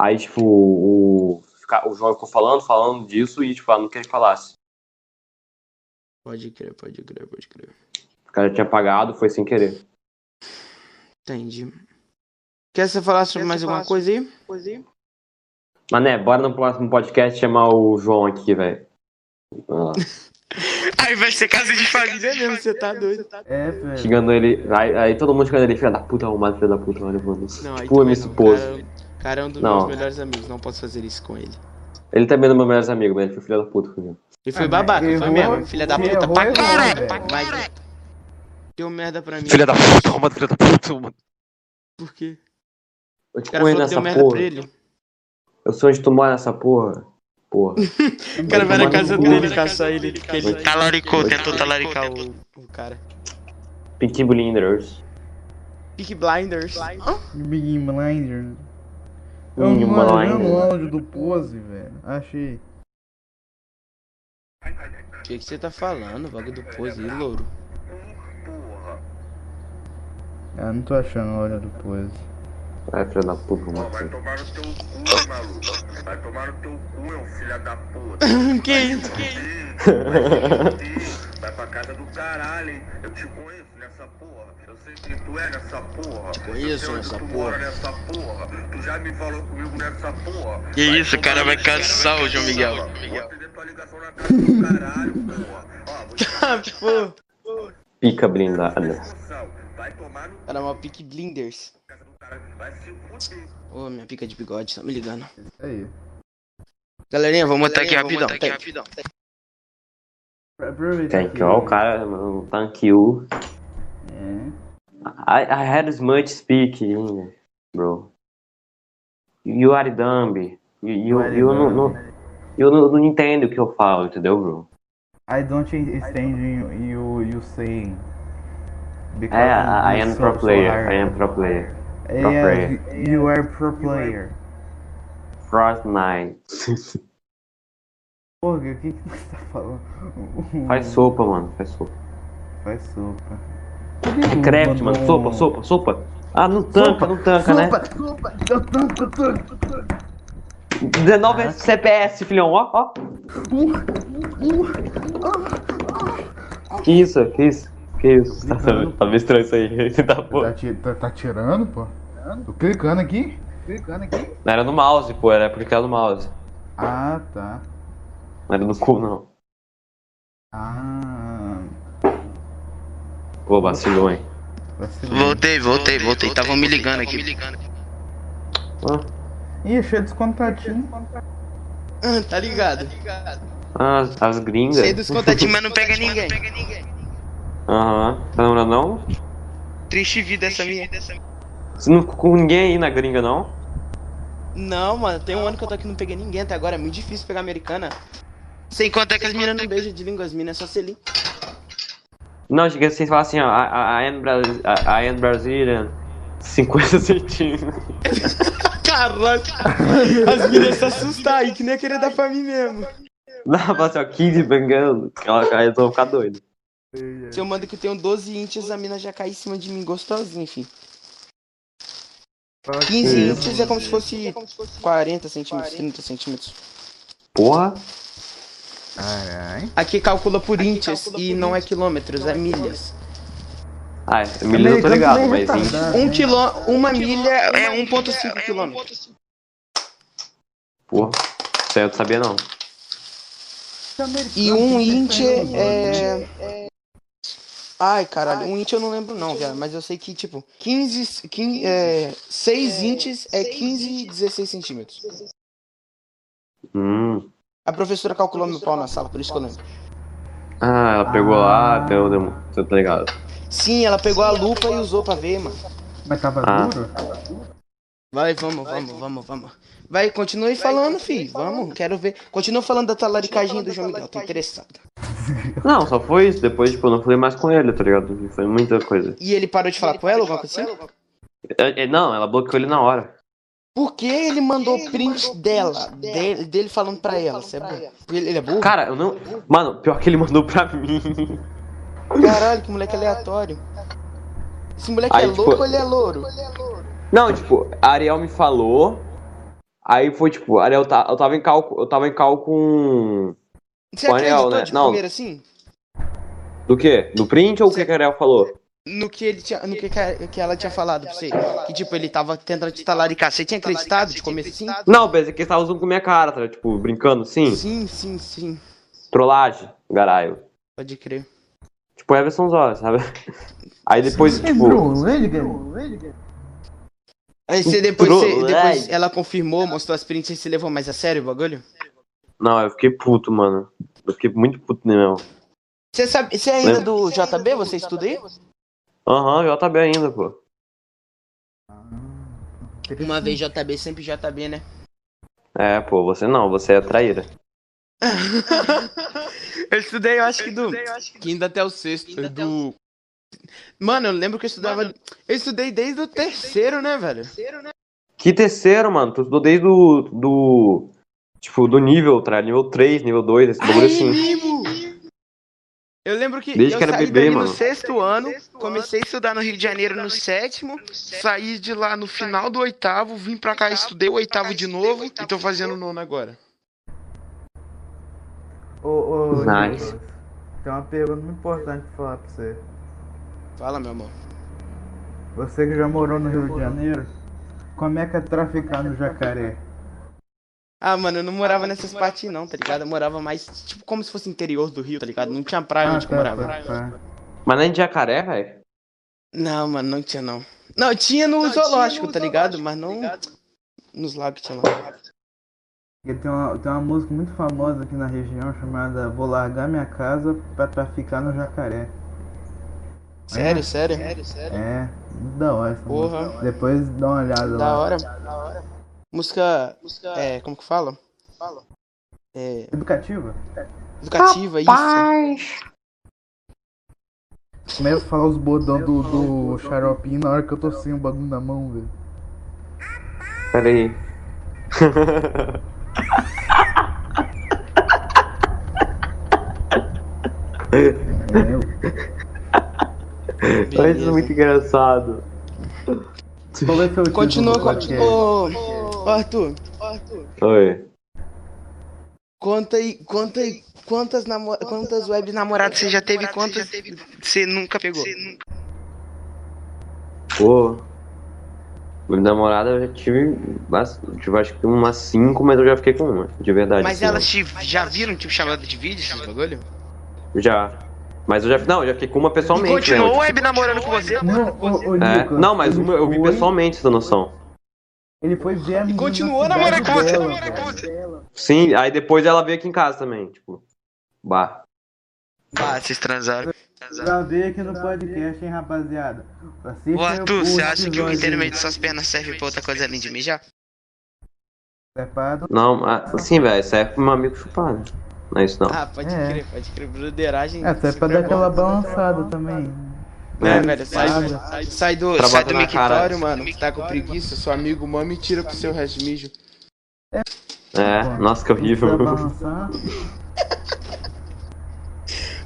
[SPEAKER 1] Aí, tipo, o, fica- o João ficou falando, falando disso e, tipo, ela não queria que falasse.
[SPEAKER 2] Pode crer, pode crer, pode crer.
[SPEAKER 1] O cara tinha pagado, foi sem querer.
[SPEAKER 2] Entendi. Quer você falar sobre mais alguma coisa aí?
[SPEAKER 1] Mas, né, bora no próximo podcast chamar o João aqui, velho. Ah,
[SPEAKER 5] Aí vai ser caso de família mesmo.
[SPEAKER 2] você tá doido.
[SPEAKER 3] É, velho.
[SPEAKER 1] xingando ele. Aí, aí todo mundo xingando ele, filha da puta, arrumado, filha da puta, olha, mano.
[SPEAKER 2] Não, aí
[SPEAKER 1] tipo,
[SPEAKER 2] também
[SPEAKER 1] minha
[SPEAKER 2] não.
[SPEAKER 1] esposa.
[SPEAKER 2] Cara, cara é um dos
[SPEAKER 1] Não.
[SPEAKER 2] meus melhores amigos, não posso fazer isso com ele.
[SPEAKER 1] Ele também é meu melhor amigo, mas ele foi filha da puta comigo.
[SPEAKER 2] Ele foi
[SPEAKER 3] Ah,
[SPEAKER 2] babaca,
[SPEAKER 3] mas
[SPEAKER 2] foi
[SPEAKER 3] errou,
[SPEAKER 2] mesmo, filha da
[SPEAKER 3] errou,
[SPEAKER 2] puta pra
[SPEAKER 3] errou,
[SPEAKER 2] caralho.
[SPEAKER 3] velho.
[SPEAKER 2] Mas deu merda pra mim.
[SPEAKER 7] Filha da puta, arrombado, filha da puta, mano.
[SPEAKER 2] Por quê?
[SPEAKER 1] Eu te
[SPEAKER 2] O cara
[SPEAKER 1] ponho
[SPEAKER 2] falou que
[SPEAKER 1] nessa
[SPEAKER 2] deu merda
[SPEAKER 1] porra.
[SPEAKER 2] pra ele.
[SPEAKER 1] Eu sei onde tu mora nessa porra. Porra.
[SPEAKER 2] O cara vai
[SPEAKER 1] tomar
[SPEAKER 2] na
[SPEAKER 1] no
[SPEAKER 2] casa
[SPEAKER 1] cu.
[SPEAKER 2] dele caçar ele, porque ele
[SPEAKER 5] Talaricou, tentou
[SPEAKER 2] tentou
[SPEAKER 5] talaricar
[SPEAKER 2] talaricar
[SPEAKER 5] o.
[SPEAKER 2] o, o cara.
[SPEAKER 1] Peaky Blinders.
[SPEAKER 2] Peak Blinders.
[SPEAKER 3] Big Blinder. Eu
[SPEAKER 1] Hum,
[SPEAKER 3] não
[SPEAKER 1] mano.
[SPEAKER 3] o áudio do Pose, velho. Achei.
[SPEAKER 2] O que, que você tá falando, vaga do pose aí, louro?
[SPEAKER 3] Ah, não tô achando o áudio do Pose.
[SPEAKER 1] Ai, filha da puta, vou
[SPEAKER 8] Ó, vai
[SPEAKER 1] matar.
[SPEAKER 8] tomar no teu cu, maluco. Vai tomar no teu cu, meu filho da puta.
[SPEAKER 2] que isso?
[SPEAKER 5] é
[SPEAKER 8] Ih, Vai pra casa do caralho, hein? Eu te conheço nessa porra. Eu sei quem tu é nessa porra.
[SPEAKER 2] Conheço
[SPEAKER 8] eu sei onde
[SPEAKER 2] nessa
[SPEAKER 8] tu
[SPEAKER 2] porra.
[SPEAKER 8] mora nessa porra. Tu já me falou comigo nessa porra.
[SPEAKER 5] Que isso, o cara vai caçar
[SPEAKER 8] caçar
[SPEAKER 5] o João Miguel.
[SPEAKER 8] Vou atender tua ligação na casa do caralho, porra. Ó, vou te
[SPEAKER 2] Ah, pô.
[SPEAKER 1] Pica blindada.
[SPEAKER 8] discussão. Vai tomar no
[SPEAKER 2] Era uma pique blinders.
[SPEAKER 8] casa do caralho. Vai se fuder.
[SPEAKER 2] Ô, minha pica de bigode, tá me ligando.
[SPEAKER 3] Aí.
[SPEAKER 2] Galerinha, vou botar aqui
[SPEAKER 5] Galerinha, vou
[SPEAKER 2] rapidão.
[SPEAKER 5] botar aqui
[SPEAKER 2] Tá.
[SPEAKER 3] Pra- Aproveitar.
[SPEAKER 1] Thank you, ó, o cara, mano. Thank you.
[SPEAKER 3] É.
[SPEAKER 1] I, I had as much speak English, bro. You are dumb. You, you, you, não, não, eu não, não entendo o que eu falo, entendeu, bro?
[SPEAKER 3] I don't understand you, you, you saying. Because
[SPEAKER 1] É, I, I am
[SPEAKER 3] you
[SPEAKER 1] pro
[SPEAKER 3] so- so
[SPEAKER 1] player.
[SPEAKER 3] hard.
[SPEAKER 1] I am pro player. pro
[SPEAKER 3] Yeah,
[SPEAKER 1] player.
[SPEAKER 3] You are pro player.
[SPEAKER 1] Fortnite.
[SPEAKER 3] Porra, o que que você tá falando?
[SPEAKER 1] Faz sopa, mano. Faz sopa.
[SPEAKER 3] Faz sopa.
[SPEAKER 1] Craft, mano. Sopa, sopa, sopa. Ah, não tanca, não tanca, né?
[SPEAKER 3] Sopa, sopa, eu tanco, eu tanco, eu tanco.
[SPEAKER 1] 19 CPS, filhão. Ó, ó. Que isso, que isso? Que isso? Tá, tá, tá meio estranho isso aí. Tá, pô.
[SPEAKER 3] Tá, ti- tá, tá tirando, pô? Tô clicando aqui. Clicando aqui.
[SPEAKER 1] Não era no mouse, pô. Era porque era no mouse.
[SPEAKER 3] Ah, tá.
[SPEAKER 1] Não era no cu, não.
[SPEAKER 3] Ah.
[SPEAKER 1] Ô, vacilou, hein?
[SPEAKER 3] Vacilei.
[SPEAKER 5] Voltei, voltei, voltei. Estavam me ligando aqui.
[SPEAKER 3] Ih, achei descontatinho.
[SPEAKER 2] Ah, tá ligado.
[SPEAKER 1] Ah, as, as gringas.
[SPEAKER 2] Sei dos contatinhos,
[SPEAKER 5] Mas não pega ninguém.
[SPEAKER 1] Aham. Tá namorando, não?
[SPEAKER 5] Triste vida essa minha.
[SPEAKER 1] Você não ficou com ninguém aí na gringa, não?
[SPEAKER 2] Não, mano, tem um ano que eu tô aqui e não peguei ninguém até agora. É muito difícil pegar americana. é
[SPEAKER 5] Sem contar que as
[SPEAKER 2] As
[SPEAKER 5] meninas
[SPEAKER 2] minas não beijam de língua, as minas é só selim.
[SPEAKER 1] Não, chega assim e fala assim, ó. I, I, I am, Bras- I, I am Brazilian. 50 centímetros.
[SPEAKER 2] Caralho! As minas se assustar aí, que nem querer dar pra mim mesmo.
[SPEAKER 1] Não, fala assim, ó. 15 bangando. Aí eu vou ficar doido.
[SPEAKER 2] Se eu mando que eu tenho 12 inches, a mina já cai em cima de mim gostosinho, enfim. 15 inches é como se fosse 40 centímetros, 30 centímetros.
[SPEAKER 1] Porra.
[SPEAKER 3] Caralho.
[SPEAKER 2] Aqui calcula por inches e não é quilômetros, é milhas.
[SPEAKER 1] Ah, milhas eu tô ligado, mas em
[SPEAKER 2] Um quilô, uma milha é 1.5 quilômetros.
[SPEAKER 5] quilômetros.
[SPEAKER 1] Porra, isso aí eu não sabia não.
[SPEAKER 2] E um int é... é- Ai, caralho, um int eu não lembro não, viado, mas eu sei que, tipo, 15, 15 é, 6 inches é 15 e 16 centímetros.
[SPEAKER 1] Hum.
[SPEAKER 2] A professora calculou meu pau na sala, por isso que eu lembro.
[SPEAKER 1] Ah, ela pegou lá, deu, deu, você tá ligado.
[SPEAKER 2] Sim, ela pegou a lupa e usou pra ver, mano.
[SPEAKER 3] Mas tava
[SPEAKER 1] Ah.
[SPEAKER 3] duro?
[SPEAKER 2] Vai, vamos, vamos, vamos, vamos. Vai, continue falando, filho. Vamos, quero ver. Continua falando da talaricagem do João Miguel, tô interessado.
[SPEAKER 1] Não, só foi isso, depois tipo, eu não falei mais com ele, tá ligado? Foi muita coisa.
[SPEAKER 2] E ele parou de falar com ela, alguma coisa assim?
[SPEAKER 1] É, é, não, ela bloqueou ele na hora.
[SPEAKER 2] Porque ele mandou print dela, dele, dele falando pra ela,
[SPEAKER 4] assim?
[SPEAKER 2] você é burro. Porque Ele, ele é burro?
[SPEAKER 1] Cara, eu não... Mano, pior que ele mandou pra mim.
[SPEAKER 2] Caralho, que moleque aleatório. Esse moleque
[SPEAKER 1] Aí,
[SPEAKER 2] é
[SPEAKER 1] tipo-
[SPEAKER 2] louco ou ele é louro?
[SPEAKER 1] Não, tipo, a Ariel me falou... Aí foi tipo, a Ariel tá, eu tava em cálculo, eu tava em cálculo com...
[SPEAKER 2] Você
[SPEAKER 1] Com anel,
[SPEAKER 2] acreditou
[SPEAKER 1] né?
[SPEAKER 2] de
[SPEAKER 1] Não.
[SPEAKER 2] primeira assim?
[SPEAKER 1] Do quê? Do print ou o que que a Ariel falou?
[SPEAKER 2] No que ele tinha, no que, que- que ela tinha falado pra você? Que tipo, ele tava tentando te talaricar. Você tinha acreditado de começo assim?
[SPEAKER 1] Não, pensei que ele tava usando com minha cara, tá? ligado? tipo, brincando, sim.
[SPEAKER 2] Sim, sim, sim.
[SPEAKER 1] Trollagem, caralho.
[SPEAKER 2] Pode crer.
[SPEAKER 1] Tipo, Everson Zora, sabe? Aí depois,
[SPEAKER 2] É
[SPEAKER 1] tipo...
[SPEAKER 3] Lembrou ele, Gabriel?
[SPEAKER 2] Aí você depois, você-
[SPEAKER 1] Trollagem.
[SPEAKER 2] depois ela confirmou, mostrou as prints e você levou mais a sério o bagulho?
[SPEAKER 1] Não, eu fiquei puto, mano. Eu fiquei muito puto mesmo.
[SPEAKER 2] Você sabe, você é ainda
[SPEAKER 1] Lembra?
[SPEAKER 2] do JB? Você estuda aí?
[SPEAKER 1] Aham, eu JB ainda, pô.
[SPEAKER 2] Uma vez JB, sempre JB, né?
[SPEAKER 1] É, pô, você não, você é traíra.
[SPEAKER 2] Eu estudei, eu acho que do quinto até o sexto, do Mano, eu lembro que eu estudava. Eu estudei desde o terceiro, né, velho?
[SPEAKER 1] Que terceiro, mano? Tu estudou desde do. do tipo, do nível, tá? Nível 3, nível 2, esse bagulho assim.
[SPEAKER 2] mesmo! Eu lembro que
[SPEAKER 1] Desde
[SPEAKER 2] eu
[SPEAKER 1] que era
[SPEAKER 2] saí
[SPEAKER 1] bebê,
[SPEAKER 2] dali
[SPEAKER 1] mano.
[SPEAKER 2] no sexto ano, comecei a estudar no Rio de Janeiro no sétimo, saí de lá no final do oitavo, vim pra cá, estudei o oitavo de novo e tô fazendo o nono agora.
[SPEAKER 3] Ô, ô,
[SPEAKER 1] Nice.
[SPEAKER 3] Nicolas, Tem uma pergunta muito importante pra falar pra você.
[SPEAKER 2] Fala, meu amor.
[SPEAKER 3] Você que já morou no Rio de Janeiro, como é que é traficar no jacaré?
[SPEAKER 2] Ah, mano, eu não morava nessas partes não, tá ligado? Eu morava mais, tipo, como se fosse interior do Rio, tá ligado? Não tinha praia
[SPEAKER 1] Ah,
[SPEAKER 2] onde eu morava.
[SPEAKER 3] tá.
[SPEAKER 1] Mas nem de jacaré, velho.
[SPEAKER 2] Não, mano, não tinha não. Não, tinha no zoológico, tá ligado? Mas não nos lagos tinha lá.
[SPEAKER 3] E tem uma, tem uma música muito famosa aqui na região chamada Vou Largar Minha Casa pra Traficar no Jacaré.
[SPEAKER 2] Sério, sério?
[SPEAKER 3] É, muito da hora essa
[SPEAKER 2] Porra.
[SPEAKER 3] música. Depois dá uma olhada
[SPEAKER 2] Da
[SPEAKER 3] lá.
[SPEAKER 2] hora. Música, é, como que fala? É,
[SPEAKER 3] Educativa?
[SPEAKER 2] educativa, isso.
[SPEAKER 3] Primeiro falar os bodão do, do xaropinho na hora que eu tô sem o bagulho na mão, velho.
[SPEAKER 1] Pera aí.
[SPEAKER 3] É, eu-
[SPEAKER 1] Mas isso é muito engraçado.
[SPEAKER 3] Qual é que é o título
[SPEAKER 2] Continua
[SPEAKER 3] do
[SPEAKER 2] com...
[SPEAKER 3] podcast?
[SPEAKER 2] Ô, ô, Arthur,
[SPEAKER 1] Oi.
[SPEAKER 2] conta aí, conta aí, quantas, namo... quantas web namoradas você já teve, quantas você nunca pegou?
[SPEAKER 1] Pô. Minha namorada eu já tive, bas- tive acho que umas cinco, mas eu já fiquei com uma, de verdade.
[SPEAKER 2] Mas
[SPEAKER 1] assim,
[SPEAKER 2] elas te já viram, tipo, chamada de vídeo, esses bagulho?
[SPEAKER 1] Já. Mas eu já. Não, eu já fiquei com uma pessoalmente.
[SPEAKER 9] Continuou o
[SPEAKER 1] né?
[SPEAKER 9] web namorando com você?
[SPEAKER 3] Não, ô, ô,
[SPEAKER 1] É.
[SPEAKER 3] Nicolas,
[SPEAKER 1] Não, mas
[SPEAKER 3] ele
[SPEAKER 1] uma eu vi
[SPEAKER 3] foi-
[SPEAKER 1] pessoalmente essa noção.
[SPEAKER 3] Ele foi ver a menina
[SPEAKER 2] continuou
[SPEAKER 3] na
[SPEAKER 2] namorando
[SPEAKER 3] cidade
[SPEAKER 2] com você,
[SPEAKER 3] dela,
[SPEAKER 2] namorando
[SPEAKER 3] velho.
[SPEAKER 1] Sim, aí depois ela veio aqui em casa também, tipo. Bah.
[SPEAKER 9] Ah, vocês transaram.
[SPEAKER 3] Já veio aqui no podcast, hein, rapaziada. Assistem
[SPEAKER 9] Ô Arthur,
[SPEAKER 3] o
[SPEAKER 9] você acha que o
[SPEAKER 3] episódio
[SPEAKER 9] intermédio de suas pernas serve pra outra coisa além de mijar?
[SPEAKER 3] separado.
[SPEAKER 1] Não, ah, assim, velho, serve pro meu amigo chupar, né? Não é isso não.
[SPEAKER 2] Ah, pode
[SPEAKER 3] É.
[SPEAKER 2] crer, pode crer, broderagem.
[SPEAKER 3] É, até
[SPEAKER 2] sempre
[SPEAKER 3] pra dar
[SPEAKER 2] bom.
[SPEAKER 3] aquela balançada também.
[SPEAKER 2] É,
[SPEAKER 3] Ah,
[SPEAKER 1] É.
[SPEAKER 3] né?
[SPEAKER 2] velho, sai,
[SPEAKER 3] Nada.
[SPEAKER 2] sai- sai do,
[SPEAKER 1] Trabalha
[SPEAKER 2] sai do
[SPEAKER 1] na cara.
[SPEAKER 2] mictório, mano, que tá com preguiça, seu amigo mama e tira pro seu resto de mijo.
[SPEAKER 1] É, nossa, que horrível.
[SPEAKER 3] Pra balançar.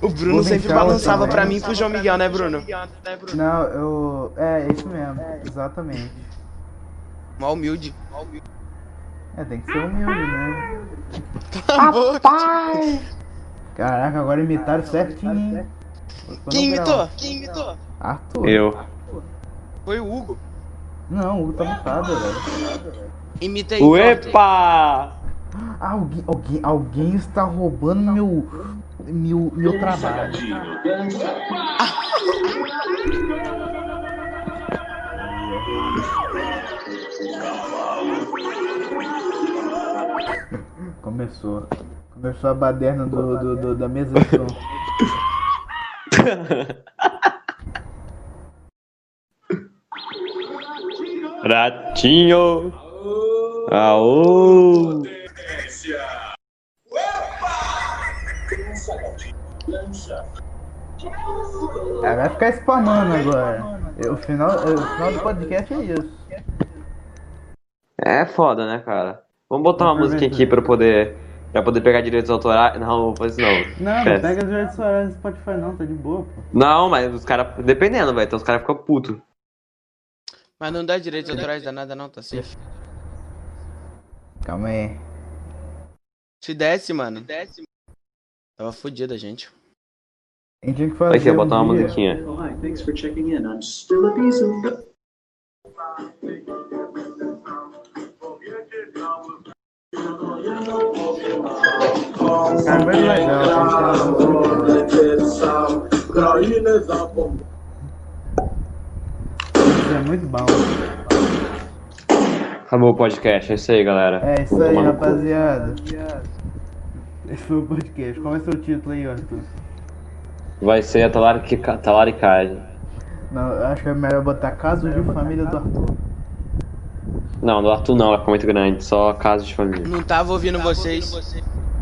[SPEAKER 2] O Bruno
[SPEAKER 3] Vou
[SPEAKER 2] sempre
[SPEAKER 3] brincar,
[SPEAKER 2] balançava
[SPEAKER 3] também.
[SPEAKER 2] pra mim e pro João Miguel, né, Bruno?
[SPEAKER 3] Não, eu. É, isso mesmo. Exatamente.
[SPEAKER 2] Mó humilde.
[SPEAKER 3] É, tem que ser humilde, né?
[SPEAKER 2] Ah,
[SPEAKER 3] Caraca, agora imitaram certinho. hein?
[SPEAKER 2] Quem
[SPEAKER 3] Quando
[SPEAKER 2] imitou?
[SPEAKER 3] gravar.
[SPEAKER 2] Quem imitou?
[SPEAKER 3] Arthur.
[SPEAKER 1] Eu.
[SPEAKER 2] Foi o Hugo.
[SPEAKER 3] Não, o Hugo tá mutado, velho.
[SPEAKER 2] Imita aí.
[SPEAKER 1] Uepa!
[SPEAKER 3] Ah, Alguém, alguém, alguém está roubando meu. Meu, meu trabalho. Começou. Começou a baderna do, do, do- da mesa de som.
[SPEAKER 1] Ratinho! Aô!
[SPEAKER 3] É, vai ficar spamando agora. É, O final, é, o final do podcast é isso.
[SPEAKER 1] É foda, né, cara? Vamos botar uma música aqui pra eu poder. Pra eu poder pegar direitos autorais. Não, não faz isso não.
[SPEAKER 3] Não, não
[SPEAKER 1] Esquece.
[SPEAKER 3] pega os direitos autorais no Spotify não, tá de boa, pô.
[SPEAKER 1] Não, mas os caras. Dependendo, velho. Então os caras ficam putos.
[SPEAKER 2] Mas não dá direitos autorais danada não, tá safe.
[SPEAKER 3] Calma aí.
[SPEAKER 2] Se desse, mano. Se desse, Tava fodido a gente.
[SPEAKER 3] A gente tinha que fazer
[SPEAKER 1] Aqui, eu
[SPEAKER 3] um
[SPEAKER 1] botar uma
[SPEAKER 3] dia-
[SPEAKER 1] musiquinha.
[SPEAKER 10] Hi, thanks for checking in. I'm still a diesel.
[SPEAKER 3] É muito legal. Isso é muito bom.
[SPEAKER 1] Acabou o podcast, é isso aí, galera.
[SPEAKER 3] É isso
[SPEAKER 1] Vou
[SPEAKER 3] aí,
[SPEAKER 1] tomar no cu.
[SPEAKER 3] rapaziada. Esse foi o podcast. Qual é o seu título aí, Arthur?
[SPEAKER 1] Vai ser a talarica- talaricagem.
[SPEAKER 3] Não, eu acho que é melhor botar Caso de Família do Arthur.
[SPEAKER 1] Não, do Arthur não, é muito grande. Só casos de família.
[SPEAKER 2] Não tava ouvindo vocês.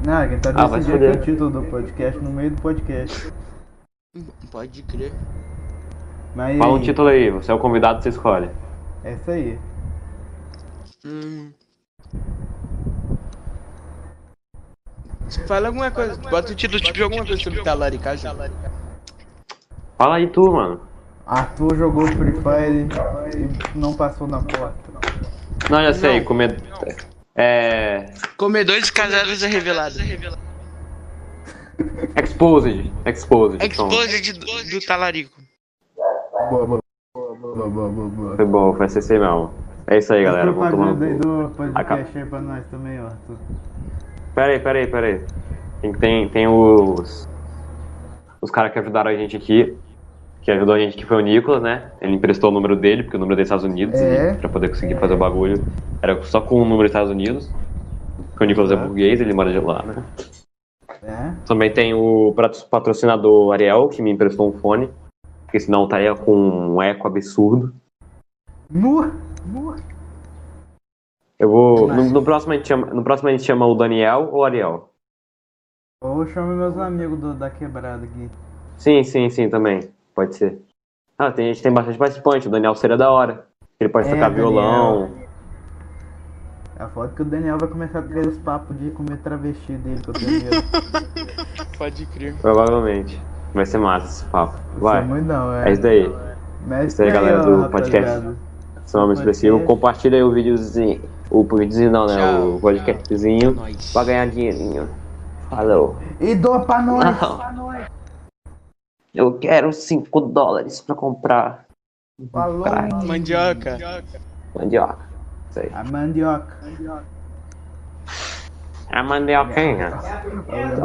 [SPEAKER 3] Não, quem tá
[SPEAKER 1] Ah, vai
[SPEAKER 3] decidindo aqui
[SPEAKER 1] foder.
[SPEAKER 3] o título do podcast no meio do podcast.
[SPEAKER 2] Pode crer.
[SPEAKER 3] Mas
[SPEAKER 1] Fala um
[SPEAKER 3] aí,
[SPEAKER 1] título aí, você é o convidado, você escolhe.
[SPEAKER 3] é isso aí.
[SPEAKER 2] Hum. Fala alguma coisa, bota o título de alguma coisa sobre talaricagem.
[SPEAKER 1] Fala aí tu, mano.
[SPEAKER 3] Arthur jogou Free Fire e não passou na porta.
[SPEAKER 1] Não, já sei, comer. É.
[SPEAKER 6] Comedores casados é revelado.
[SPEAKER 1] Exposed. Exposed. então.
[SPEAKER 6] Exposed do, do talarico.
[SPEAKER 3] Boa, boa, boa, boa, boa, boa, boa.
[SPEAKER 1] Foi bom, foi CC mesmo. É isso aí, galera. Vamos tomar.
[SPEAKER 3] Propaganda aí
[SPEAKER 1] no cu.
[SPEAKER 3] do podcast aí pra nós também, ó, Arthur.
[SPEAKER 1] Pera aí, pera aí, pera aí. Tem, tem, tem os. Os caras que ajudaram a gente aqui. Que ajudou a gente, que foi o Nicolas, né? Ele emprestou o número dele, porque o número dos Estados Unidos,
[SPEAKER 3] É.
[SPEAKER 1] e pra poder conseguir fazer o bagulho. Era só com o número dos Estados Unidos. Porque o Nicolas é burguês, ele mora de lá, né?
[SPEAKER 3] É?
[SPEAKER 1] Também tem o pat- patrocinador Ariel, que me emprestou um fone. Porque senão estaria com um eco absurdo.
[SPEAKER 3] Nu! Nu!
[SPEAKER 1] Eu vou. No, no próximo a gente chama, no próximo a gente chama o Daniel ou Ariel?
[SPEAKER 3] Ou chama meus amigos do- da quebrada aqui.
[SPEAKER 1] Sim, sim, sim, também. Pode ser. Ah, tem, a gente tem bastante participante. O Daniel seria da hora. Ele pode
[SPEAKER 3] É,
[SPEAKER 1] tocar violão.
[SPEAKER 3] É foda que o Daniel vai começar a ter os papos de comer travesti dele, que eu tenho medo.
[SPEAKER 2] Pode crer.
[SPEAKER 1] Provavelmente. Vai ser massa esse papo.
[SPEAKER 3] Isso é
[SPEAKER 1] Vai.
[SPEAKER 3] muito não, é.
[SPEAKER 1] É isso daí.
[SPEAKER 3] Mas
[SPEAKER 1] isso aí, galera,
[SPEAKER 3] ó,
[SPEAKER 1] do
[SPEAKER 3] rapaziada.
[SPEAKER 1] Esse nome expressivo. Compartilha aí o videozinho. O videozinho não, né?
[SPEAKER 2] Tchau,
[SPEAKER 1] o podcastzinho.
[SPEAKER 2] Nós.
[SPEAKER 1] Pra ganhar dinheirinho. Falou.
[SPEAKER 3] E doa pra nós!
[SPEAKER 1] Ah, Eu quero 5 dólares pra comprar
[SPEAKER 3] Falou!
[SPEAKER 2] Mandioca.
[SPEAKER 1] mandioca. Isso aí.
[SPEAKER 3] A mandioca.
[SPEAKER 1] A mandioquinha.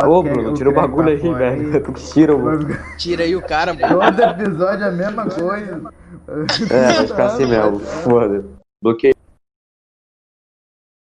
[SPEAKER 1] Ô,
[SPEAKER 3] Ô,
[SPEAKER 1] Bruno, tira o bagulho aí, velho. Tu que tira, Bruno.
[SPEAKER 2] Tira aí o cara, mano.
[SPEAKER 3] Todo episódio é a mesma coisa.
[SPEAKER 1] É, vai ficar assim mesmo. Foda. Bloqueei.